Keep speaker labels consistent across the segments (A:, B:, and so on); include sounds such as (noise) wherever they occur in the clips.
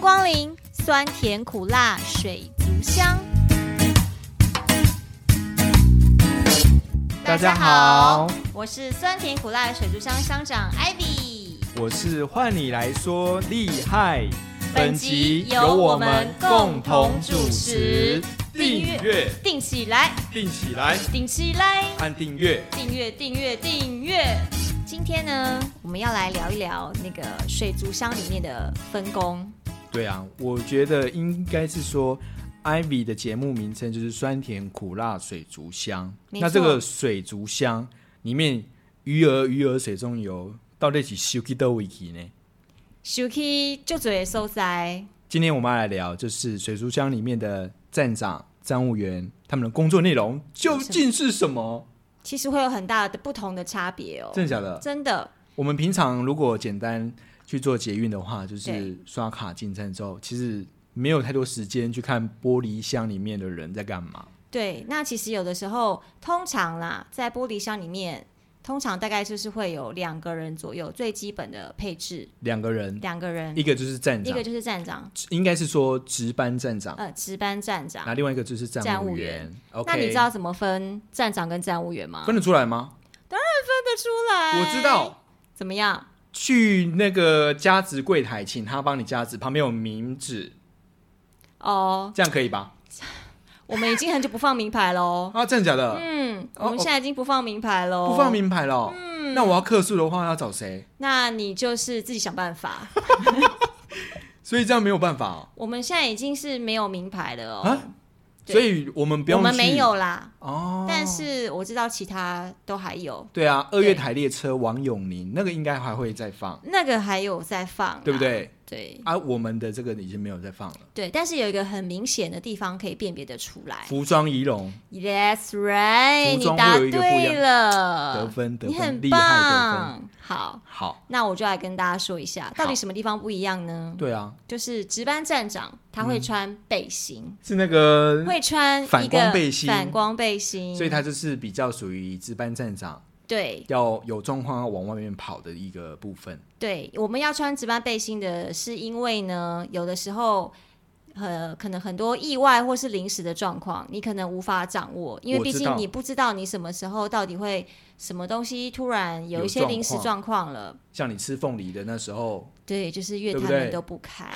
A: 光临，酸甜苦辣水族箱。
B: 大家好，
A: 我是酸甜苦辣水族箱箱长 Ivy。
B: 我是换你来说厉害。
A: 本集由我们共同主持，订阅定起来，
B: 订起来，
A: 顶起来，
B: 按订阅。
A: 订阅订阅订阅。今天呢，我们要来聊一聊那个水族箱里面的分工。
B: 对啊，我觉得应该是说，Ivy 的节目名称就是酸甜苦辣水族箱。
A: 没
B: 那这个
A: 错
B: 水族箱里面，鱼儿鱼儿水中游，到底是 Suki 的 Wiki 呢？
A: Suki 就嘴收塞，
B: 今天我们要来聊，就是水族箱里面的站长、站务员他们的工作内容究竟是什么？
A: 其实会有很大的不同的差别哦。
B: 真的假的？
A: 真的，
B: 我们平常如果简单去做捷运的话，就是
A: 对
B: 刷卡进站之后，其实没有太多时间去看玻璃箱里面的人在干嘛。
A: 对，那其实有的时候，通常啦，在玻璃箱里面，通常大概就是会有两个人左右，最基本的配置，
B: 两个人，
A: 两个人，
B: 一个就是站
A: 嗯一
B: 长
A: 个，就是站长，
B: 应该是说值班站长，
A: 呃，值班站长。
B: 那另外一个就是站
A: 站
B: 务
A: 务
B: 员
A: 员。
B: OK，
A: 那你知道怎么分站长跟站务员吗？
B: 分得出来吗？
A: 得出来
B: 我知道。
A: 怎么样？
B: 去那个加值柜台，请他帮你加值，旁边有名纸，
A: 哦，
B: 这样可以吧？
A: 我们已经很久不放名牌喽。
B: 啊，真的假的？
A: 嗯，
B: 哦
A: 我们现在已经不放名牌喽。
B: 不放。名牌了哦、
A: 嗯
B: 那我要客诉的话要找谁？
A: 那你就是自己想办法。
B: 所以这样没有办法哦、
A: 我们现在已经是没有名牌了哦
B: 啊。
A: 对
B: 所以我们不
A: 我
B: 用去。
A: 们没有啦，
B: 哦。
A: 但是我知道其他都还有，
B: 对啊，二
A: 对
B: 月台列车王永宁那个应该还会再放，
A: 那个还有在放，
B: 对不？对？
A: 对
B: 啊，我们的这个已经没有再放了。
A: 对，但是有一个很明显的地方可以辨别的出来。
B: 服装仪容
A: That's right，
B: 服
A: 你
B: 装
A: 答
B: 会有一个不一样
A: 对了，
B: 得分得
A: 呃你
B: 分
A: 很
B: 厉害得分。
A: 棒。好，
B: 好，
A: 那我就来跟大家说一下，到
B: 好
A: 底什么地方不一样呢？
B: 对啊，
A: 就是值班站长他会穿背心，
B: 是那个，
A: 会穿一个
B: 嗯反光背心
A: 反光背心，
B: 所以他就是比较属于值班站长
A: 对
B: 要有状况要往外面跑的一个部分。
A: 对，我们要穿值班背心的是因为呢，有的时候。呃，可能很多意外或是临时的状况，你可能无法掌握，因为
B: 我
A: 毕
B: 知
A: 竟
B: 道
A: 你不知道你什么时候到底会什么东西突然有
B: 有
A: 一些
B: 状
A: 临时
B: 况
A: 状况了。
B: 像你吃凤梨的那时候，
A: 对，就是乐
B: 对不
A: 坛
B: 对
A: 们都不开。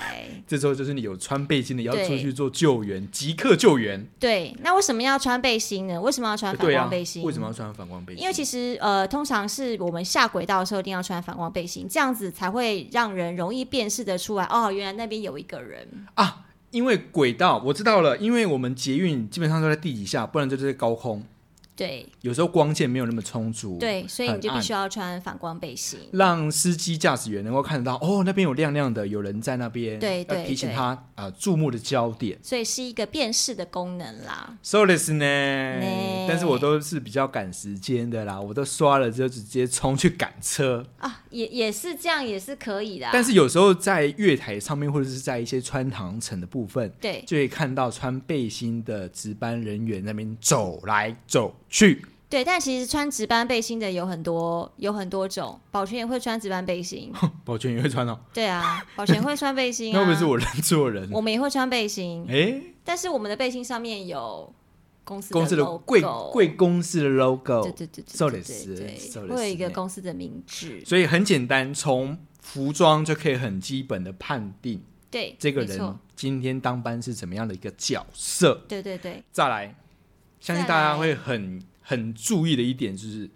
B: 这时候就是你有穿背心的要
A: 对
B: 出去做救援，即刻救援。
A: 对，那为什么要穿背心呢？为什么要穿反
B: 对啊，
A: 光背心？
B: 为什么要穿反光背心？
A: 因为其
B: 实
A: 实呃，通常是我们下轨道的时候一定要穿反光背心，这样子才会让人容易辨识的出来。哦，原来那边有一个人。
B: 啊，因为轨道我知道了，因为我们捷运基本上都在地底下，不然就是在高空。
A: 对
B: 有时候光线没有那么充足，，
A: 对，所以
B: 很
A: 你就必
B: 暗
A: 须要穿反光背心。
B: 让司机驾驶员能够看得到，哦，那边有亮亮的，有人在那边，
A: 对
B: 要
A: 对
B: 提醒
A: 对
B: 他啊、呃注目的焦点。
A: 所以是一个辨识的功能啦。
B: So this 呢
A: 呢，
B: 但是我都是比较赶时间的啦，我都刷了之后直接冲去赶车。
A: 啊，也也是这样，也是可以的啊。
B: 但是有时候在月台上面，或者是在一些穿堂层的部分，
A: 对
B: 就会看到穿背心的值班人员那边走来走去。 (laughs)
A: 对，但其实穿值班背心的有很多，有很多种。保全也会穿值班背心，
B: 保全也会穿哦，
A: 对啊，保全会穿背心、啊。
B: (laughs) 那会不会是我认错人？
A: 我们也会穿背心，
B: 哎、
A: 但是我们的背心上面有公司
B: 公司的
A: logo
B: 贵贵公司的 logo，
A: 对对对
B: 受
A: 对
B: 理
A: 对
B: 师
A: 对
B: 受
A: 对，
B: 理
A: 会有
B: 师
A: 一个
B: 呢
A: 公司的名字，
B: 所以很简单，从服装就可以很基本的判定
A: 对，
B: 这个
A: 没错
B: 人，今天当班是怎么样的一个角色。
A: 对对对，
B: 再来，相信
A: 再来
B: 大家会很很注意的一点就是，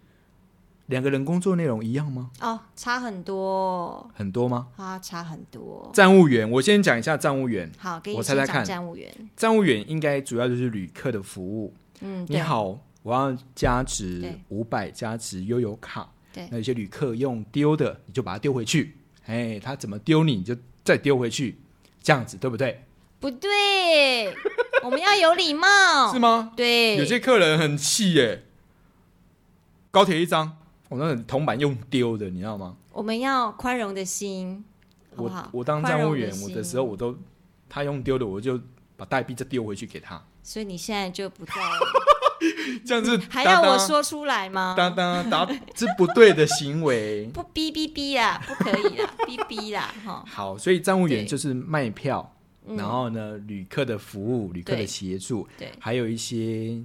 B: 两个人工作内容一样吗？
A: 哦，差很多
B: 很多吗？
A: 啊，差很多。
B: 站务员，我先讲一下站务员。
A: 好，给
B: 我
A: 你
B: 猜
A: 先
B: 猜看
A: 讲站务员，
B: 站务员应该主要就是旅客的服务。
A: 嗯，
B: 你
A: 对
B: 好，我要加值
A: 对
B: 五百，加值悠游卡。
A: 对
B: 那有些旅客用丢的，你就把它丢回去。哎，他怎么丢你，你就再丢回去，这样子对不对？
A: 不对？ (laughs) 我们要有礼貌
B: (laughs) 是，吗？
A: 哦对，
B: 有些客人很气耶，高铁一张，我、那个铜板用丢的，你知道吗？
A: 我们要宽容的心，好不
B: 我
A: 好？
B: 我当
A: 宽
B: 站务
A: 容
B: 员，
A: 心
B: 我的时候，我都他用丢的，我就把代币再丢回去给他。 (laughs)
A: 所以你现在就不在
B: 这样子
A: 嗯还要我说出来吗？
B: 当当当，这不对的行为。
A: (laughs) 不哔哔哔啦，不可以啦， (laughs) 哔哔啦，哈，
B: 好，所以站务员
A: 对
B: 就是卖票，
A: 嗯
B: 然后呢，旅客的服务、旅客的
A: 对
B: 协助，
A: 对，
B: 还有一些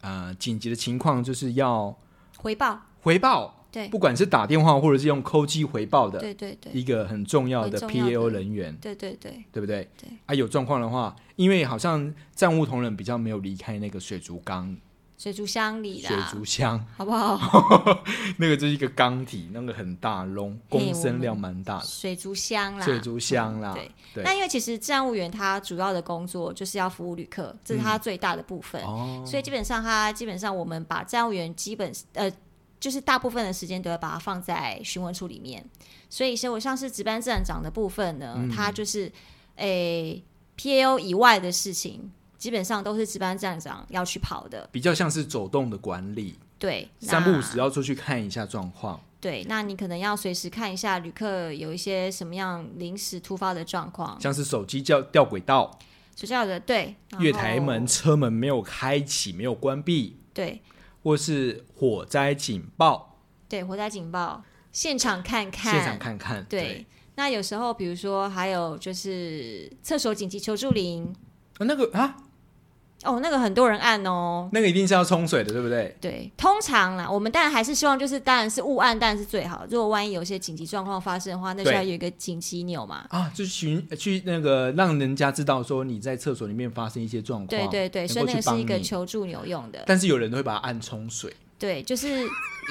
B: 呃紧急的情况，就是要
A: 回报，
B: 回报，
A: 对
B: 不管是打电话或者是用扣机回报的，
A: 对对对
B: 一个很重要的
A: 很重要的
B: PAO 人员，
A: 对对对，
B: 对不对？
A: 对
B: 啊，有状况的话，因为好像站务同仁比较没有离开那个水族缸、
A: 水族箱里
B: 水
A: 啦，
B: 族箱， (laughs)
A: 好不好？
B: 那个就是一个缸体，那个很大笼，公
A: 我
B: 升
A: 们
B: 量蛮大的，
A: 水族箱啦，
B: 水族箱啦，
A: 对。
B: 对
A: 那因为其实站务员他主要的工作就是要服务旅客，这是
B: 嗯
A: 他最大的部分。
B: 哦，
A: 所以基本上他基本上我们把站务员基本呃。就是大部分的时间都要把它放在询问处里面，所以像我像是值班站长的部分呢，
B: 嗯
A: 他就是诶、PAO 以外的事情，基本上都是值班站长要去跑的。
B: 比较像是走动的管理，
A: 对，那
B: 三不五时要出去看一下状况。
A: 对，那你可能要随时看一下旅客有一些什么样临时突发的状况，
B: 像是手机掉掉轨道、
A: 学校的对然
B: 月台
A: 后
B: 门、车门没有开启、没有关闭，
A: 对
B: 或是火灾警报，
A: 对火灾警报，现场看看，
B: 现场看看。
A: 对。那有时候，比如说，还有就是厕所紧急求助铃，
B: 啊那个啊，
A: 哦，那个很多人按哦。
B: 那个一定是要冲水的，对不对？
A: 对，通常啦，我们当然还是希望，就是当然是误按，当然是最好。如果万一有一些紧急状况发生的话，那需要
B: 对
A: 有一个紧急钮嘛。
B: 啊，就寻去那个让人家知道说你在厕所里面发生一些状况，
A: 对对对，
B: 能
A: 所以
B: 够
A: 那个
B: 去
A: 是
B: 帮
A: 一个
B: 你。
A: 求助钮用
B: (laughs)
A: 的。
B: 但是有人会把它按冲水，
A: 对，就是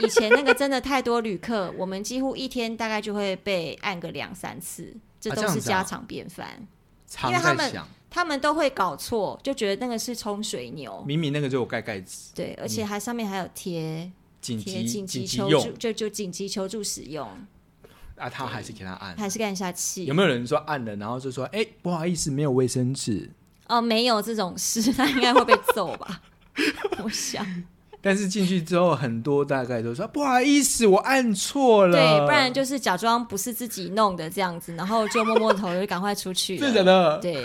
A: 以前那个真的太多旅客，我们几乎一天大概就会被按个两三次，这
B: 啊这
A: 都
B: 样
A: 是
B: 子啊
A: 家常便饭。
B: 常
A: 因为他
B: 在
A: 们
B: 想，
A: 他们都会搞错，就觉得那个是冲水牛，
B: 明明那个就有盖盖子，
A: 对，而且还上面还有贴
B: 紧
A: 贴
B: 急
A: 紧
B: 紧
A: 急
B: 急
A: 求
B: 用
A: 助，就就紧急求助使用，
B: 啊，他还是给他按。
A: 还是干一下
B: 有
A: 气。
B: 没有人说按了，然后就说，哎、不好意思，没有卫生纸？
A: 哦，没有这种事，他应该会被揍吧？ (laughs) 我
B: (laughs)
A: 想，
B: 但是进去之后，很多大概都说不好意思，我按错了。
A: 对，不然就是假装不是自己弄的这样子，然后就摸摸头就赶快出去了。
B: 真的假的？
A: 对，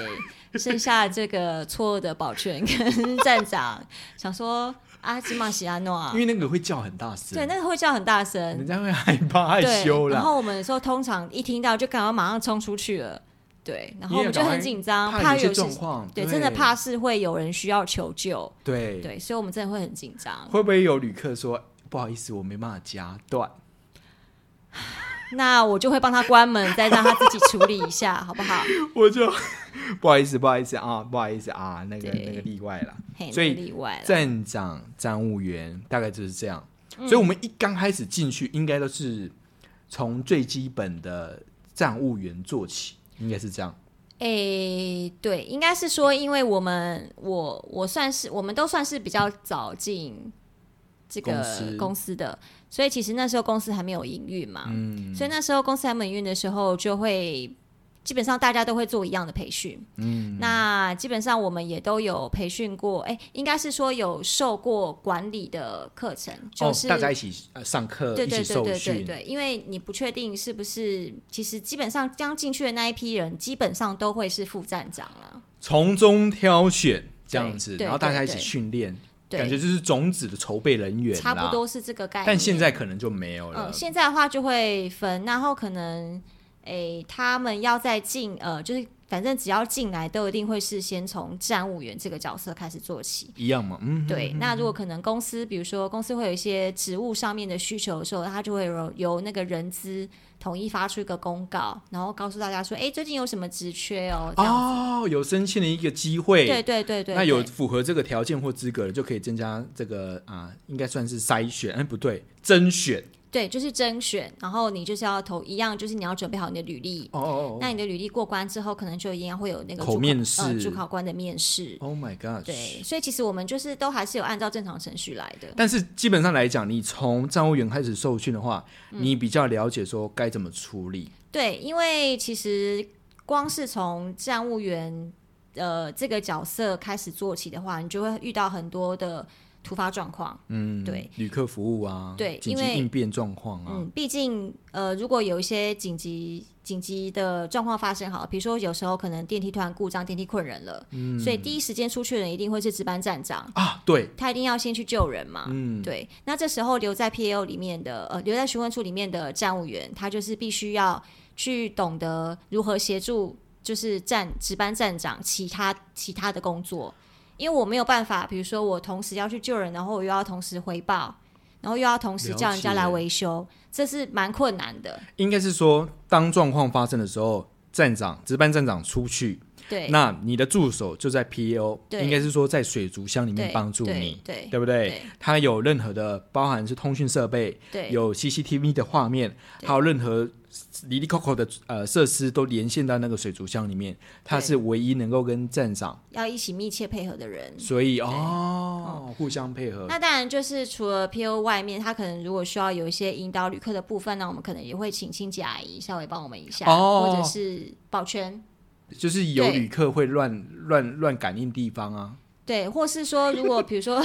A: 剩下这个错愕的保全跟 (laughs) 站长想说啊，吉玛西亚诺啊
B: 因，为那个会叫很大声，
A: 对，那个会叫很大
B: 人
A: 声，
B: 家会害怕害羞
A: 对。然
B: 啦。
A: 后我们有时候通常一听到就赶快马上冲出去了，对，然后
B: 因为
A: 我们就
B: 赶
A: 很
B: 快
A: 紧张，
B: 怕
A: 怕
B: 有些
A: 有
B: 状况，
A: 对，真的怕是会有人需要求救，
B: 对。
A: 对，所以我们真的会很紧张。
B: 会不会有旅客说不好意思，我没办法夹断？
A: 那我就会帮他关门，再让他自己处理一下，好不好？
B: 我就 (laughs) 不好意思，不好意思啊，不好意思啊，那个
A: 对
B: 那个例外啦。
A: 嘿，
B: 所以
A: 那个例外了，
B: 站长、站务员大概就是这样。
A: 嗯
B: 所以我们一刚开始进去，应该都是从最基本的站务员做起，应该是这样。
A: 诶、对，应该是说，因为我们我我算是我们都算是比较早进这
B: 公
A: 个
B: 司
A: 公司的，所以其实那时候公司还没有营运嘛，
B: 嗯
A: 所以那时候公司还没有营运的时候，就会基本上大家都会做一样的培训。
B: 嗯，
A: 那基本上我们也都有培训过，诶、应该是说有受过管理的课程，就是、
B: 哦、大家一起呃上课，
A: 对
B: 一
A: 对
B: 起
A: 对
B: 受
A: 对对
B: 训，
A: 对，因为你不确定是不是，其实基本上刚进去的那一批人，基本上都会是副站长啦。
B: 从中挑选这样
A: 对
B: 子，
A: 对
B: 然后大家一
A: 对
B: 起
A: 对
B: 训练，感觉
A: 对，
B: 就是种子的筹备人员啦
A: 差不。多是这个概念。
B: 但现，在可能就没有了
A: 嗯，。现在的话就会分，然后可能，诶，他们要再进，呃，就是反正只要进来，都一定会是先从站务员这个角色开始做起。
B: 一样嘛，嗯，
A: 对，那如果可能，公司比如说公司会有一些职务上面的需求的时候，它就会由由那个人资统一发出一个公告，然后告诉大家说，哎，最近有什么职缺哦，这样子。
B: 哦，有升迁的一个机会，
A: 对对对对，
B: 那有
A: 对
B: 符合这个条件或资格的，就可以增加这个啊，应该算是筛选，哎，不对，甄选，
A: 对，就是甄选，然后你就是要投一样，就是你要准备好你的履历。
B: 哦哦
A: 那你的履历过关之后，可能就一样会有那个
B: 口
A: 主考
B: 面
A: 呃
B: 试
A: 主考官的面试。
B: 哦，Oh my god，
A: 对，所以其实我们就是都还是有按照正常程序来的。
B: 但是基本上来讲，你从站务员开始受训的话，
A: 嗯
B: 你比较了解说该怎么处理，
A: 对，因为其实光是从站务员呃这个角色开始做起的话，你就会遇到很多的突发状况。
B: 嗯，
A: 对，
B: 旅客服务啊，
A: 对
B: 紧急
A: 因为
B: 应变状况啊，
A: 嗯，毕竟呃，如果有一些紧急紧急的状况发生，好了，比如说有时候可能电梯突然故障，电梯困人了，所以第一时间出去的人一定会是值班站长，
B: 啊，对，
A: 他一定要先去救人嘛。
B: 嗯，
A: 对，那这时候留在 PAO 里面的呃，留在询问处里面的站务员，他就是必须要去懂得如何协助，就是站值班站长其他其他的工作，因为我没有办法，比如说我同时要去救人，然后我又要同时回报，然后又要同时
B: 了
A: 叫人家来
B: 解
A: 维修，这是蛮困难的。
B: 应该是说，当状况发生的时候，站长、值班站长出去，
A: 对，
B: 那你的助手就在 PAO，
A: 对
B: 应该是说在水族箱里面
A: 对
B: 帮助
A: 对
B: 你，
A: 对
B: 对不对
A: 对？
B: 他有任何的，包含是通讯设备，
A: 对
B: 有 CCTV 的画面，
A: 对
B: 还有任何离离 Coco 的呃设施都连线到那个水族箱里面，他
A: 对
B: 是唯一能够跟站长，
A: 要一起密切配合的人。
B: 所以哦，互相配合，
A: 那当然就是除了 PO 外面，他可能如果需要有一些引导旅客的部分呢，我们可能也会请清洁阿姨稍微帮我们一下，
B: 哦
A: 或者是保全，
B: 就是有
A: 对
B: 旅客会乱乱乱感应地方啊，
A: 对，或是说如果比如
B: (laughs)
A: 说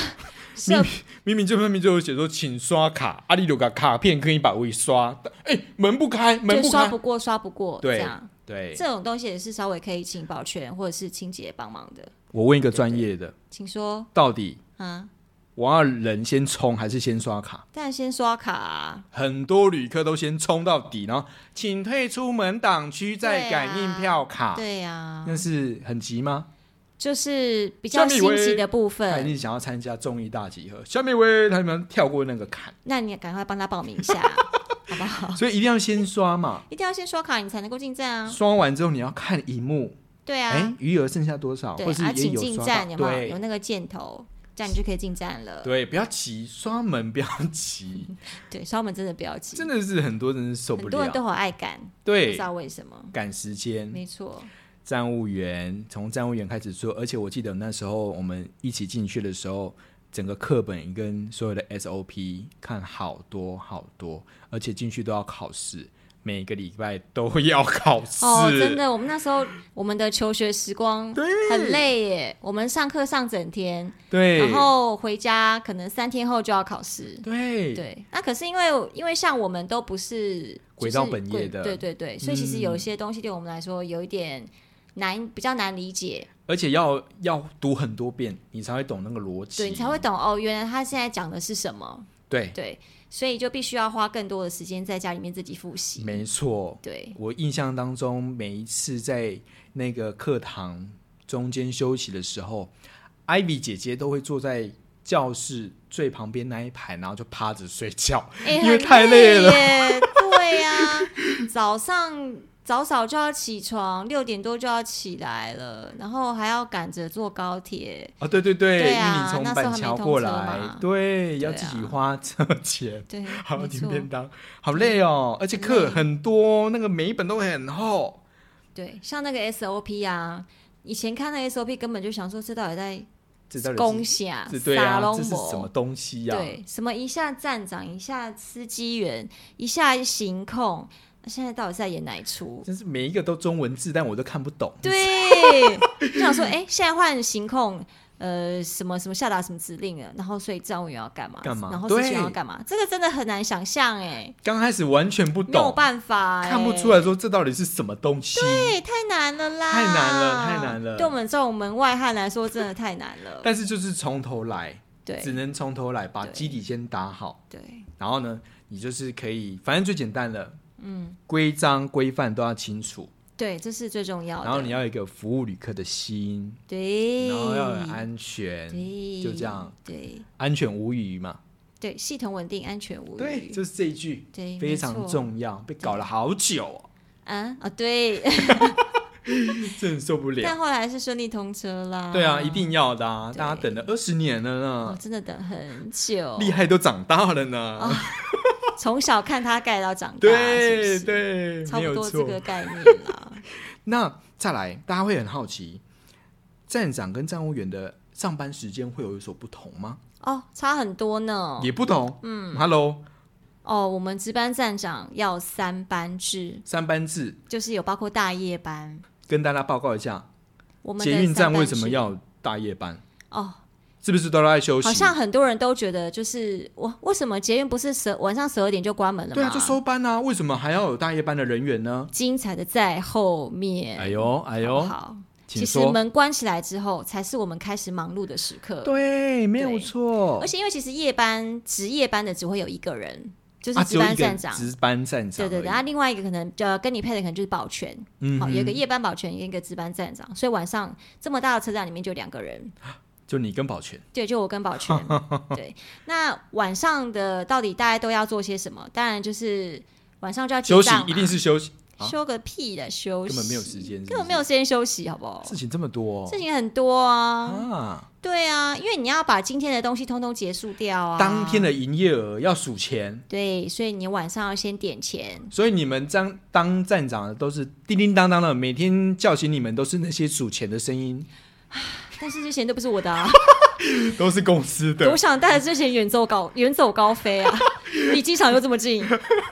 A: 设
B: 明明这上面就有写说，请刷卡，阿里有个卡片可以把位刷，哎、门不开，门
A: 就
B: 不
A: 刷
B: 开，
A: 不过刷不过
B: 对
A: 这样，
B: 对，
A: 这种东西也是稍微可以请保全或者是清洁帮忙的，
B: 我问一个专业的，
A: 请说
B: 到底
A: 啊，
B: 我要人先冲还是先刷卡？
A: 当然先刷卡、啊，
B: 很多旅客都先冲到底，然后请退出门档区，再
A: 对啊
B: 感应票卡，
A: 对呀、
B: 啊那是很急吗？
A: 就是比较
B: 下面
A: 新
B: 以为
A: 奇的部
B: 他一
A: 分，
B: 定想要参加综艺大集合，下面一位他们跳过那个坎，
A: 那你赶快帮他报名一
B: (laughs)
A: 下，好不好？
B: 所以一定要先刷嘛。
A: 一定要先刷卡，你才能够进站啊。
B: 刷完之后你要看荧幕，
A: 对啊，
B: 哎、余额剩下多少，
A: 对
B: 或是
A: 啊，
B: 也
A: 请
B: 有
A: 进
B: 刷
A: 站
B: 到，
A: 有没有
B: 对
A: 有，那个箭头，这样你就可以进站了。
B: 对，不要急，刷门不要
A: (laughs)
B: 急，
A: 对，烧门真的不要急，
B: 真的是很多人受不
A: 很多人
B: 了。
A: 都好爱赶，不
B: 对嗯
A: 知，道为什么。
B: 赶时间，
A: 没错，
B: 站务员从站务员开始做，而且我记得那时候我们一起进去的时候，整个课本跟所有的 SOP 看好多好多，而且进去都要考试，每个礼拜都要考试。
A: 哦，真的，我们那时候我们的求学时光很累耶，我们上课上整天，
B: 对，
A: 然后回家可能三天后就要考试。
B: 对
A: 对，那可是因为因为像我们都不是就是
B: 回到本业的
A: 对对对，所以其实
B: 嗯
A: 有一些东西对我们来说有一点难，比较难理解。
B: 而且要要读很多遍，你才会懂那个逻辑，
A: 对你才会懂哦，原来他现在讲的是什么。
B: 对，
A: 对，所以就必须要花更多的时间在家里面自己复习。
B: 没错。
A: 对，
B: 我印象当中，每一次在那个课堂中间休息的时候，艾比姐姐都会坐在教室最旁边那一排，然后就趴着睡觉。
A: 哎、
B: 因为
A: 很
B: 太累了
A: 耶。对呀、早上早早就要起床，六点多就要起来了，然后还要赶着坐高铁。
B: 哦，对对对，
A: 对
B: 因为
A: 啊
B: 你从
A: 那时候
B: 板
A: 还没
B: 桥
A: 通
B: 过
A: 车
B: 来
A: 嘛，
B: 对，要
A: 对
B: 自己
A: 啊
B: 花车钱，
A: 对，啊
B: 还要
A: 没
B: 订
A: 错，
B: 便当，好累哦。而且课
A: 累
B: 很多，那个每一本都很厚。
A: 对，像那个 SOP 啊，以前看那个 SOP 根本就想说，这到底在
B: 这到底
A: 攻
B: 是
A: 下
B: 这对
A: 撒
B: 啊，
A: 龙
B: 这是
A: 膜
B: 什么东西呀、
A: 对，什么一下站长，一下司机员，一下行控，那现在到底在演哪一出？
B: 真是每一个都中文字，但我都看不懂。
A: (laughs) 对，就想说，哎、现在换行控，呃，什么什么下达什么指令了，然后所以站务员要干嘛？
B: 干嘛
A: 然后
B: 对
A: 司机员要干嘛？这个真的很难想象，哎，
B: 刚开始完全不
A: 没有
B: 懂，
A: 办法、哎
B: 看不出来说这到底是什么东西。
A: 对，太难了啦，
B: 太难了太难了
A: 对我们这种门外汉来说，真的太难了。
B: 但是就是从头来，
A: 对
B: 只能从头来，把
A: 对
B: 基底先打好，
A: 对
B: 然后呢，你就是可以，反正最简单了，嗯，规章规范都要清楚，
A: 对，这是最重要的。
B: 然后你要有一个服务旅客的心，
A: 对，
B: 然后要有安全，
A: 对，
B: 就这样，
A: 对。
B: 安全无虞嘛，
A: 对，系统稳定、安全无虞。
B: 对，就是这一句
A: 对，
B: 非
A: 没
B: 常
A: 错
B: 重要，被搞了好久哦、
A: 啊啊，
B: (laughs)
A: 对，
B: 真的受不了。
A: 但后来是顺利通车啦。
B: 对啊，一定要的啊！
A: 啊对
B: 大家等了二十年了
A: 哦
B: 呢，，
A: 真的等很久，
B: 嗯厉害都长大了呢。
A: 从小看他盖到长大，
B: 对
A: 是不是，
B: 对，
A: 差
B: 没
A: 不
B: 有
A: 多
B: 错。
A: 这个概念
B: (laughs)
A: 啦。
B: 那再来，大家会很好奇，站长跟站务员的上班时间会有所不同吗？
A: 哦，差很多呢。
B: 也不同。嗯，Hello，
A: 哦，我们值班站长要三班制，
B: 三班制，
A: 就是有包括大夜班。
B: 跟大家报告一下，
A: 我们的
B: 捷运
A: 三
B: 站
A: 班
B: 为什么
A: 制
B: 要大夜班？
A: 哦？
B: 是不是都在休息？
A: 好像很多人都觉得，就是我为什么捷运不是十晚上十二点就关门了吗？
B: 对啊，就收班啊，为什么还要有大夜班的人员呢？
A: 精彩的在后面。
B: 哎呦哎
A: 好
B: 呦，
A: 不好，
B: 请
A: 其实
B: 说。
A: 门关起来之后，才是我们开始忙碌的时刻。
B: 对，没有
A: 对
B: 错
A: 而。且因为其实夜班值夜班的只会有一个人，就是
B: 啊，只
A: 值
B: 有
A: 班
B: 一个
A: 站长。
B: 值班站长
A: 对
B: 而已，
A: 对对，啊，另外一个可能呃跟你配的可能就是保全，
B: 嗯
A: 好、
B: 哼，
A: 有一个夜班保全，一个值班站长，所以晚上这么大的车站里面就两个人，
B: 嗯就你跟保全，
A: 对，就我跟宝
B: (laughs)
A: 全。对，那晚上的到底大家都要做些什么？当然就是晚上就要结
B: 休息
A: 账嘛
B: 一定是休息，啊
A: 休个屁的休息，
B: 根本没有时间是不是哦
A: 根本没有时间休息，好不好？
B: 事情这么多
A: 事情很多啊，
B: 啊，
A: 对啊，因为你要把今天的东西通通结束掉啊。
B: 当天的营业额要数钱，
A: 对，所以你晚上要先点钱。
B: 所以你们当当站长的都是叮叮当当的，每天叫醒你们都是那些数钱的声音，
A: 但是这些都不是我的
B: (laughs)
A: 啊！
B: 都是公司
A: 我
B: 的。
A: 想带着这些远走高远走高飞
B: (laughs)
A: 啊，离机场又这么近，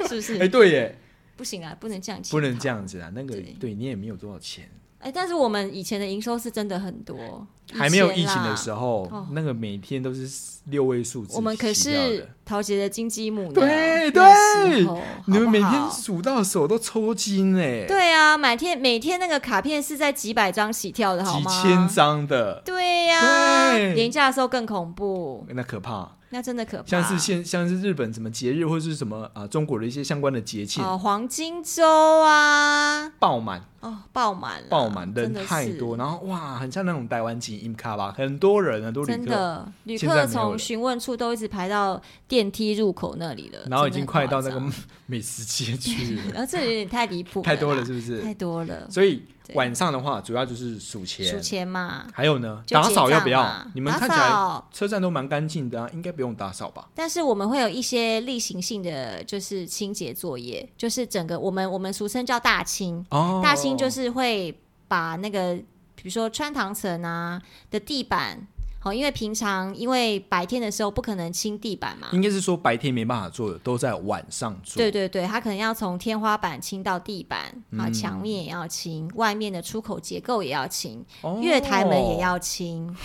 A: 是不是？
B: 哎，对耶，
A: 不行啊，不能这样。
B: 不能这。样子啊，那个
A: 对
B: 对你也没有多少钱，
A: 哎，但是我们以前的营收是真的很多，
B: 还没有疫情的时
A: 候，
B: 候
A: 哦，
B: 那个每天都是六位数字，
A: 我们可是陶杰的金鸡母呢，
B: 对
A: 那
B: 对
A: 时候
B: 你们每
A: 好不
B: 天
A: 好
B: 数到手都抽筋哎，
A: 对啊，每天每天那个卡片是在几百张起跳的，好
B: 几
A: 吗？
B: 千，张的，
A: 对呀，
B: 对
A: 廉价的时候更恐怖，
B: 那可怕。
A: 那真的可怕，
B: 像是现像是日本什么节日或是什么啊、中国的一些相关的节庆，
A: 哦黄金周啊，
B: 爆满
A: 哦爆满了，
B: 爆满人
A: 真的是
B: 太多，然后哇，很像那种台湾景 i m c a 吧，很多人很多旅
A: 真
B: 客，
A: 的，旅
B: 现在没有
A: 客从
B: 了
A: 询问处都一直排到电梯入口那里了，
B: 然后已
A: 真的
B: 经
A: 很
B: 快到
A: 夸
B: 那个
A: 张，
B: (laughs) 美食街去
A: (laughs)
B: 了，
A: 然后这有点太离谱，
B: 太多了
A: 啦
B: 是不是？
A: 啊太多了，
B: 所以
A: 对
B: 晚上的话，主要就是数
A: 数
B: 钱，
A: 钱嘛。
B: 还有呢，
A: 就
B: 打
A: 结
B: 扫要
A: 账
B: 不要
A: 嘛？
B: 你们
A: 打
B: 看起来
A: 扫
B: 车站都蛮干净的、啊，应该不用打扫吧？
A: 但是我们会有一些例行性的，就是清洁作业，就是整个我们我们俗称叫大清，
B: 哦，
A: 大清就是会把那个比如说穿堂层啊的地板，好、因为平常因为白天的时候不可能清地板嘛，
B: 哦应该是说白天没办法做的，都在晚上做。
A: 对对对，它可能要从天花板清到地板，啊、
B: 嗯
A: 墙面也要清，外面的出口结构也要清，
B: 哦
A: 月台门也要清，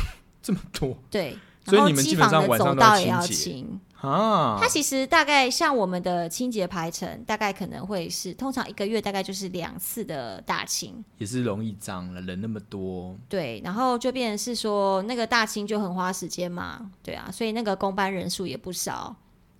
B: 这么多
A: 对，
B: 所以
A: 然后
B: 你们
A: 机
B: 基本
A: 房
B: 上
A: 的
B: 晚上
A: 走
B: 都要
A: 道也
B: 清
A: 要
B: 洁
A: 清。
B: 啊
A: 它？其实大概像我们的清洁排程，大概可能会是通常一个月大概就是两次的大清，
B: 也是容易脏了，人那么多，
A: 对，然后就变成是说那个大清就很花时间嘛，对啊，所以那个公班人数也不少，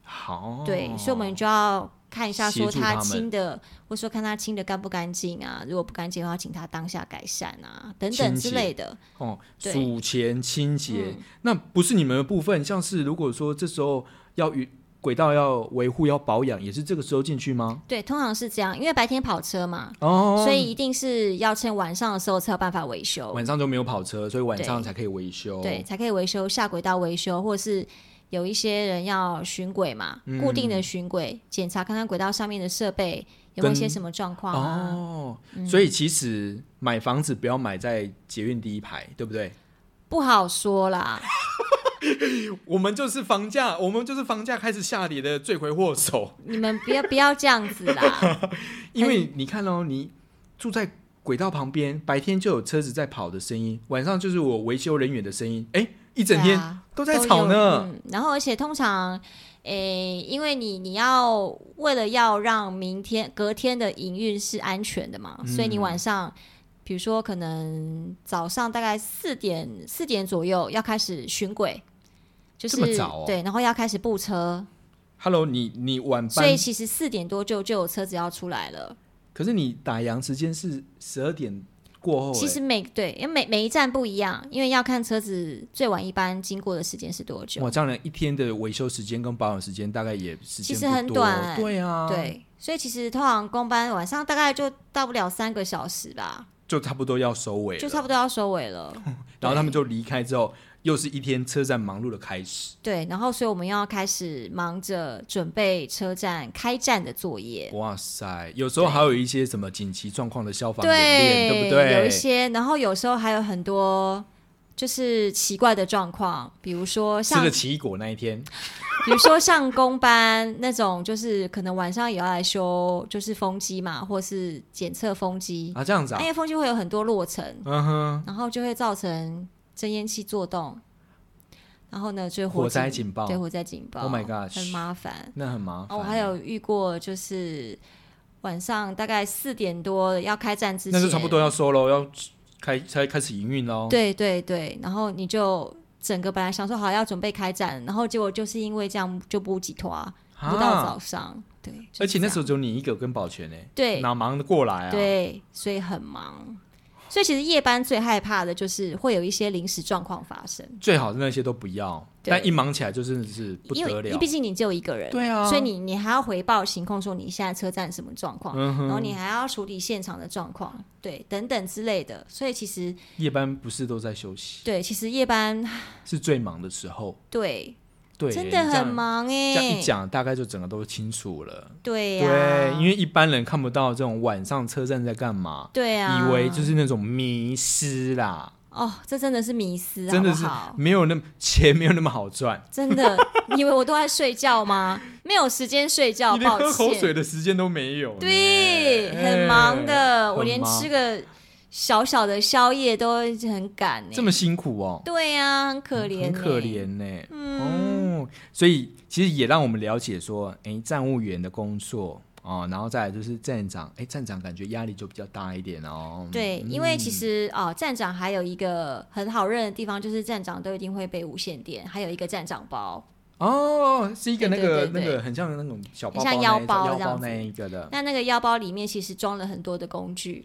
B: 好，
A: 对，所以我们就要看一下
B: 哦协
A: 说
B: 助他
A: 他
B: 们
A: 清的，或者说看他清的干不干净啊，如果不干净的话，请他当下改善啊，等
B: 清
A: 等
B: 洁
A: 之类的，
B: 哦，
A: 对嗯
B: 数钱清洁，那不是你们的部分，像是如果说这时候要与轨道要维护要保养，也是这个时候进去吗？
A: 对，通常是这样，因为白天跑车嘛，
B: 哦，
A: 所以一定是要趁晚上的时候才有办法维修，
B: 晚上就没有跑车，所以晚上
A: 对
B: 才可以维修。
A: 对，，才可以维修下轨道维修，或者是有一些人要巡轨嘛，固定
B: 嗯
A: 的巡轨，检查看看轨道上面的设备有没有一些
B: 跟
A: 什么状况啊。
B: 哦，所以其实买房子不要买在捷运第一排，对不对？
A: 不好说啦，
B: 我们就是房价，我们就是房价开始下跌的罪魁祸首。
A: 你们不要不要这样子啦。
B: 因为你看哦，你住在轨道旁边，白天就有车子在跑的声音，晚上就是我维修人员的声音，哎， (laughs) 一整
A: 对
B: 天
A: 啊
B: 都在吵呢。
A: 嗯，然后而且通常，诶、因为你你要为了要让明天隔天的营运是安全的
B: 嗯
A: 嘛，所以你晚上。比如说，可能早上大概四点四点左右要开始巡轨，就是
B: 这么早哦
A: 对，然后要开始布车，
B: Hello，你你晚
A: 所
B: 班
A: 以，其实四点多就就有车子要出来了。
B: 可是你打烊时间是十二点过后，
A: 其实每对，因为每每一站不一样，因为要看车子最晚一班经过的时间是多
B: 诶
A: 久。
B: 哇，这样的一天的维修时间跟保养时间大概也时间
A: 其实
B: 不
A: 很
B: 多
A: 短
B: 对啊，，
A: 对，所以其实通常公班晚上大概就到不了三个小时吧，
B: 就差不多要收尾了，
A: 就差不多要收尾了。 (laughs)
B: 然后他们
A: 对
B: 就离开之后，又是一天车站忙碌的开始。
A: 对，然后所以我们要开始忙着准备车站开站的作业。
B: 哇塞，有时候
A: 对
B: 还有一些什么紧急状况的消防演练，
A: 对，
B: 对不对？
A: 有一些，然后有时候还有很多就是奇怪的状况，比如说
B: 吃
A: 像嗯
B: 了奇异果那一天，
A: 比如说像工班那种，就是可能晚上也要来修，就是风机嘛，或是检测风机，
B: 啊，这样子啊
A: 因，为风机会有很多落尘，
B: 嗯哼，
A: 然后就会造成蒸烟器作动。然后呢，就是
B: 火灾警报
A: 对火灾警报
B: Oh my gosh
A: 很麻烦。
B: 那很麻
A: 哦，
B: 烦。
A: 我还有遇过，就是晚上大概四点多要开战之前，
B: 那就差不多要收喽，要开才开始营运喽。
A: 对对对，然后你就整个本来想说好要准备开战，然后结果就是因为这样就不急拖，
B: 啊，
A: 不到早上，对，就是
B: 而且那时
A: 这
B: 候
A: 样
B: 只有你一个跟保全呢、
A: 对
B: 哪忙得过来啊？，
A: 对，所以很忙。所以其实夜班最害怕的就是会有一些临时状况发生，
B: 最好是那些都不要，
A: 对
B: 但一忙起来就真的是不
A: 因
B: 得
A: 为
B: 了
A: 毕。竟你只有一个人，
B: 对啊，
A: 所以你你还要回报行控说你现在车站什么状况，
B: 嗯
A: 然后你还要处理现场的状况，对，等等之类的。所以其实
B: 夜班不是都在休息，
A: 对，其实夜班
B: 是最忙的时候。
A: 对
B: 对，
A: 真的
B: 你这样
A: 很。忙
B: 这
A: 哎、
B: 样一讲，大概就整个都清楚了。
A: 对啊呀、
B: 对，因为一般人看不到这种晚上车站在干嘛，
A: 对啊，
B: 以为就是那种迷失啦，
A: 哦，这真的是迷思，
B: 真的是
A: 好不好
B: 没有那么钱没有那么好赚。
A: 真的，你以为我都在睡觉吗？没有时间睡觉，
B: 你连
A: 哦抱
B: 喝口水
A: 歉。
B: 的时间都没有呢。
A: 对，
B: 哎
A: 很忙的，
B: 很
A: 我连
B: 忙
A: 吃个小小的宵夜都很赶呢、
B: 这么辛苦哦，
A: 对呀、很可怜、欸嗯
B: 很可。怜呢、哦，所以其实也让我们了解说，哎，站务员的工作哦，然后再来就是站长，哎，站长感觉压力就比较大一点哦。
A: 对，因为其实哦，站长还有一个很好认的地方，就是站长都一定会背无线电，还有一个站长包。
B: 哦，是一个那个
A: 对对对对
B: 那个很像那种小包包
A: 很像
B: 那一
A: 腰包
B: 种
A: 这
B: 腰
A: 样
B: 包
A: 子嗯
B: 那一个的，
A: 那那个腰包里面其实装了很多的工具，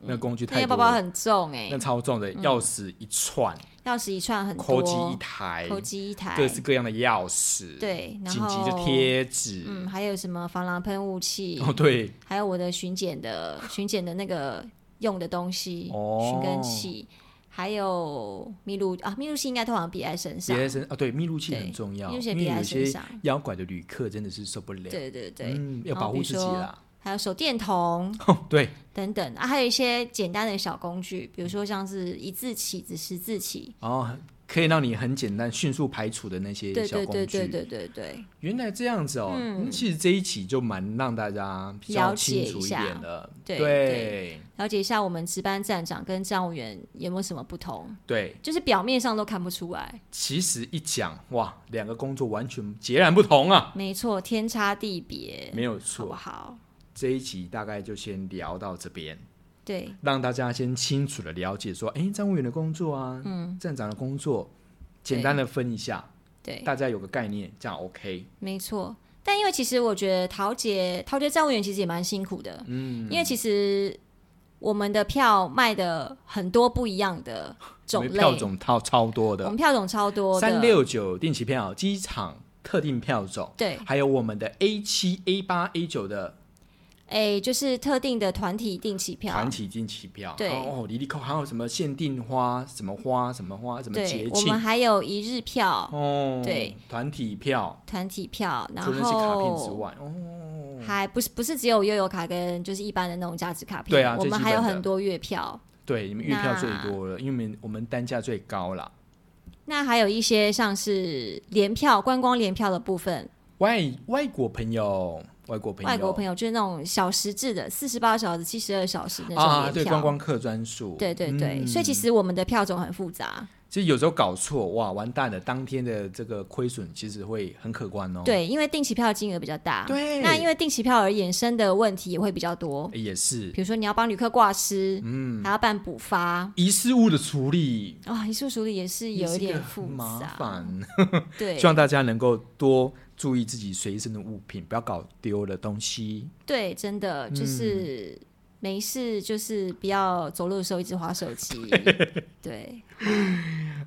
B: 那个工具
A: 那
B: 太
A: 个
B: 多
A: 包包
B: 了，
A: 很重哎、
B: 那超重的，钥匙一串，
A: 钥匙一串很多，
B: 扣机一台，
A: 扣机一台，
B: 各式各样的钥匙，，
A: 对，然
B: 紧
A: 后
B: 急就贴纸，
A: 嗯，还有什么防狼喷雾器，
B: 哦对，
A: 还有我的巡检
B: (laughs)
A: 的巡检的那个用的东西，
B: 哦
A: 寻根器，还有密录啊，密录器应该通常别在身上
B: 别，在身啊，对，密录器很
A: 对
B: 重要，
A: 密录器
B: 因为
A: 别在
B: 有
A: 身
B: 些
A: 上
B: 妖怪的旅客真的是受不了，
A: 对对对，
B: 嗯，
A: 然
B: 要
A: 后
B: 保
A: 比
B: 护
A: 如
B: 自己
A: 说
B: 啦。
A: 还有手电筒
B: 对，
A: 等等啊，还有一些简单的小工具，比如说像是一字起子、十字起，
B: 然后可以让你很简单、迅速排除的那些
A: 对
B: 小
A: 对
B: 工具。
A: 对对对对对，
B: 原来这样子哦，
A: 嗯
B: 嗯其实这一期就蛮让大家比较
A: 了解
B: 清楚
A: 一下
B: 点的。
A: 对
B: 对
A: 了解一下我们值班站长跟站务员有没有什么不同，
B: 对
A: 就是表面上都看不出来，
B: 其实一讲哇，两个工作完全截然不同啊，
A: 没错，天差地别，
B: 没有
A: 好不
B: 错。
A: 好？
B: 这一集大概就先聊到这边。
A: 对，
B: 让大家先清楚的了解说，哎，站务员的工作啊，嗯，站长的工作，简单的分一下，
A: 对，
B: 大家有个概念，这样 OK。
A: 没错。但因为其实我觉得桃姐桃姐站务员其实也蛮辛苦的，嗯，因为其实我们的票卖的很多不一样的种
B: 因为
A: 类，
B: 票种超超多
A: 我
B: 的
A: 们，票种超多的，
B: 三六九定期票、机场特定票种，
A: 对，
B: 还有我们的 A 七、A 八、A 九的
A: 哎，就是特定的团体定期票
B: 团，体定期票，
A: 对
B: 哦，离离扣，还有什么限定花、什么花、什么花、什么节
A: 对，我们
B: 庆，
A: 还有一日票、
B: 哦，
A: 对，
B: 团体票，
A: 团体票，然
B: 除了是卡片之
A: 后
B: 外，哦，
A: 还不是不是只有悠游卡跟就是一般的那种价值卡片，
B: 对啊
A: 我
B: 最
A: 们
B: 基
A: 还有
B: 本的
A: 很多月票，
B: 对，你们月票最
A: 那
B: 多了，因为我们我们单价最高啦。
A: 那还有一些像是联票、观光联票的部分，
B: 外外国朋友，外国朋友，
A: 外国朋友就是那种小时制的，四十八小时、七十二小时那种
B: 啊，
A: 年
B: 对，
A: 票
B: 观光客专属，
A: 对对对
B: 嗯
A: 所以其实我们的票种很复杂。
B: 其实有时候搞错，哇，完蛋了，当天的这个亏损其实会很可观哦。
A: 对，因为定期票金额比较大，
B: 对
A: 那因为定期票而衍生的问题也会比较多，
B: 诶，也是
A: 比如说你要帮旅客挂失，嗯，还要办补发。
B: 遗失物的处理
A: 啊，一诉处理也是
B: 也
A: 有
B: 是
A: 一
B: 一
A: 点
B: 个
A: 复
B: 很麻
A: 杂，
B: 烦，
A: 对
B: 希望大家能够多注意自己随身的物品，不要搞丢了东西。
A: 对，真的
B: 嗯
A: 就是没事，就是不要走路的时候一直划手
B: (laughs)
A: 机，对，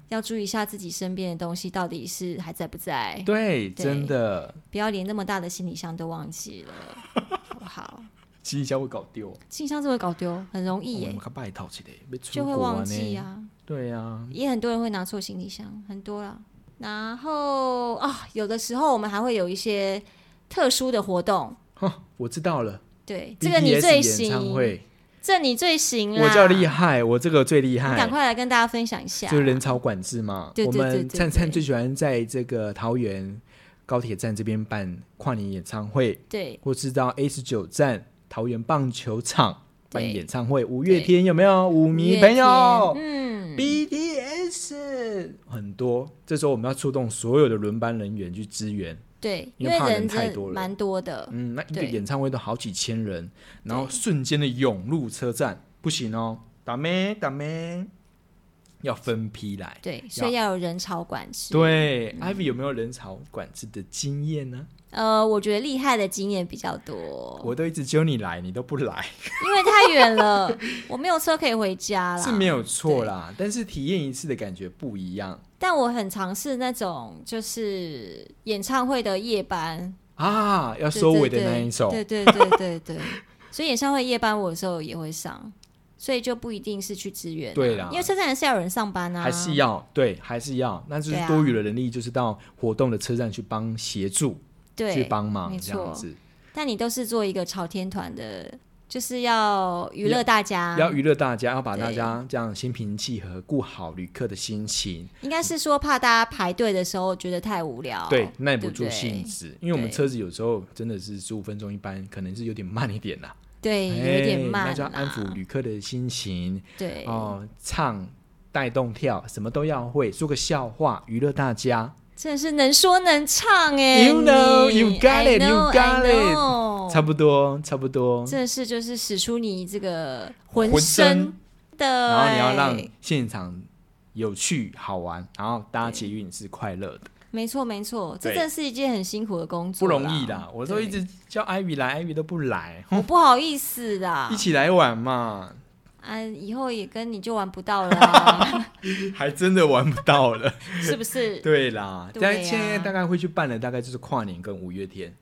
A: 要注意一下自己身边的东西到底是还在不在，
B: 对，
A: 哎对
B: 真的，
A: 不要连那么大的行李箱都忘记了，好不好？
B: 行李箱会搞丢，
A: 行李箱这会搞丢，很容易
B: 我
A: 耶
B: 们，看拜套起来，要出
A: 就会
B: 国
A: 忘记
B: 呢。
A: 啊。
B: 对啊，
A: 也很多人会拿错行李箱，很多啦。然后啊、有的时候我们还会有一些特殊的活动，
B: 哼我知道了，
A: 对，这个你
B: BTS
A: 最
B: 演唱
A: 行，
B: 会。
A: 这你最行啦，
B: 我叫厉害，我这个最厉
A: 啊你赶
B: 害，
A: 快来跟大家分享一下。
B: 就是人潮管制嘛。
A: 对对对
B: 我
A: 对
B: 们
A: 对
B: 灿灿
A: 对
B: 最喜欢在这个桃园高铁站这边办跨年演唱会，
A: 对
B: 或是到 A 十九站桃园棒球场办
A: 对
B: 演唱会。五月天有没有？舞迷
A: 五月
B: 朋友
A: 天嗯，
B: ，BTS，是很多，这时候我们要出动所有的轮班人员去支援。
A: 对，
B: 因
A: 因
B: 为
A: 为
B: 怕人太
A: 真的
B: 多了
A: 蛮多的，
B: 嗯，那一个
A: 对
B: 演唱会都好几千人，然后瞬间的涌入车站，不行哦，打咩打咩，要分批来。
A: 对，所以要有人潮管制。
B: 对、i v y 有没有人潮管制的经验呢？
A: 呃，我觉得厉害的经验比较多，
B: 我都一直揪你来，你都不来，
A: 因为太远了，我没有车可以回家啦。
B: 是没有错啦。但是体验一次的感觉不一样
A: 但我很尝试那种就是演唱会的夜班，
B: 啊！要
A: 对
B: 收
A: 对
B: 尾的
A: 对
B: 那一首，
A: 对对对对对。所以演唱会夜班我有时候也会上，所以就不一定是去支援、啊。
B: 对啦
A: 因为车站还是要有人上班啊，
B: 还是要对，还是要，那就是
A: 对啊
B: 多余的人力，就是到活动的车站去帮协助，去
A: 对。
B: 帮忙
A: 没
B: 这样
A: 错
B: 子，
A: 但你都是做一个朝天团的，就是要娱乐大家，
B: 要娱乐大家，要把大
A: 啊对
B: 家这样心平气和，顾好旅客的心情。
A: 应该是说怕大家排队的时候觉得太无聊，
B: 对，耐不
A: 对不
B: 住
A: 对
B: 性子，因为我们
A: 哦对
B: 车子有时候真的是十五分钟一班，可能是有点慢一点啦，
A: 对，有点慢、啊，
B: 哎那就要安抚旅客的心情
A: 对，
B: 哦、唱、带动跳，什么都要会，说个笑话娱乐大家，
A: 真的是能说能唱哎、
B: You know,
A: 你
B: you got
A: I
B: it, you
A: know,
B: got
A: I
B: it
A: know
B: 差不多，差不多。
A: 哦真的是就是使出你这个浑
B: 浑
A: 身
B: 身
A: 的、
B: (laughs) 然后你要
A: 哎
B: 让现场有趣好玩，然后搭捷运是快乐的，
A: 没错没错，这
B: 对
A: 真的是一件很辛苦的工作，
B: 不容易啦。我都
A: 对啊
B: 一直叫艾比来，艾比都不来，
A: 我不好意思啦
B: 一，起来玩嘛，
A: 啊，以后也跟你就玩不到了
B: (laughs)
A: 啊、 (laughs)
B: 还真的玩不到了。
A: 是不是？
B: 对啦，
A: 对啊
B: 但现在大概会去办的，大概就是跨年跟五月天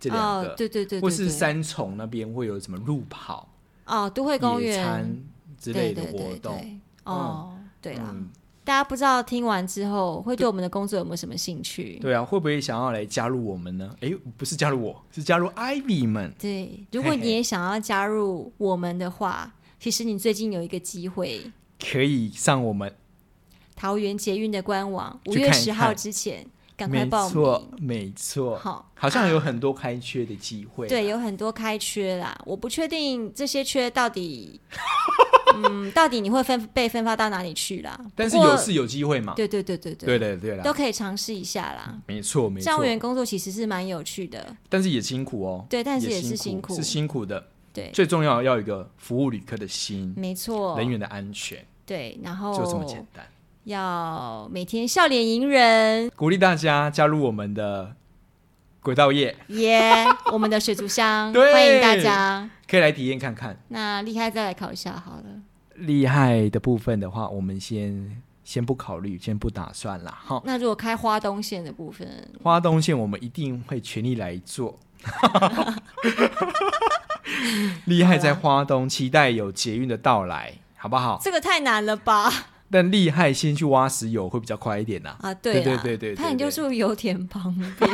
B: 这两
A: 哦
B: 个，，
A: 对对对对，
B: 或是
A: 对
B: 三重那边会有什么路跑、
A: 哦，都会公
B: 野
A: 园
B: 餐之类的
A: 对对
B: 活
A: 对
B: 动。
A: 对哦，对啦。
B: 嗯，
A: 大家不知道听完之后会对我们的工作有没有什么兴趣？
B: 对啊，会不会想要来加入我们呢？诶，不是加入我，是加入 Ivy 们。
A: 对，如果
B: 嘿嘿
A: 你也想要加入我们的话，其实你最近有一个机会，
B: 可以上我们，
A: 桃园捷运的官网五
B: 去
A: 月
B: 看一
A: 十号
B: 看
A: 之前赶快
B: 没
A: 报
B: 错
A: 名。，
B: 没错，
A: 好，
B: 好像有很多开缺的机会。啊
A: 对，，有很多开缺啦，我不确定这些缺到
B: (laughs)
A: 底，嗯，到底你会分被分发到哪里去啦？
B: 但是
A: 不过
B: 有是有机会嘛？
A: 对对对对对，
B: 对的，对
A: 都
B: 的，
A: 可以尝试一下啦。
B: 没错，没
A: 站务
B: 错。
A: 员工作其实是蛮有趣的，
B: 但是也辛苦哦，
A: 对，但是也是
B: 辛
A: 苦，
B: 是辛苦的。
A: 对，
B: 最重要要有一个服务旅客的心，
A: 没错，哦
B: 人员的安全，
A: 对，然后
B: 就这么简单。
A: 要每天笑脸迎人，
B: 鼓励大家加入我们的轨道业，
A: 耶、
B: (laughs)
A: 我们的水族箱，
B: 对
A: 欢迎大家。
B: 可以来体验看看。
A: 那厉害再来考一下好了。
B: 厉害的部分的话，我们先先不考虑，先不打算啦。哈，
A: 那如果开花东线的部分，
B: 花东线我们一定会全力来做。 (laughs) 厉害在花东，期待有捷运的到来，好不好？
A: 这个太难了吧？
B: 但厉害先去挖石油会比较快一点呐、
A: 啊，对啦
B: 对对对对对
A: 他你就住油田旁
B: (laughs)
A: 边，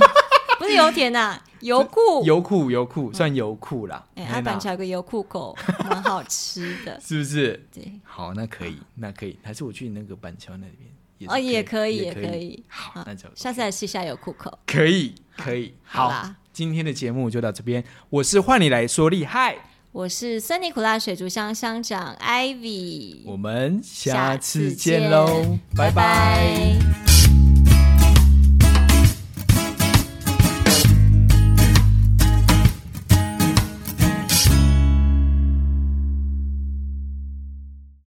A: 不是油田呐、油库。
B: 油库油库算油库啦，
A: 嗯哎，
B: 嘿
A: 阿
B: 啦。
A: 板桥有个油库狗，蛮好吃的
B: (laughs) 是不是？
A: 对，
B: 好，那可以，那可以，还是我去那个板桥那边也是
A: 哦，也可
B: 可
A: 以，也
B: 也
A: 可
B: 以。
A: 以。
B: 好，那就
A: 下次来试一下油库口。
B: 可以可以。
A: 好
B: 好
A: 啦，
B: 今天的节目就到这边，我是换你来说厉害，
A: 我是森尼苦辣水族箱箱长 Ivy，
B: 我们下
A: 下次
B: 次见
A: 见
B: 喽，拜拜
A: 拜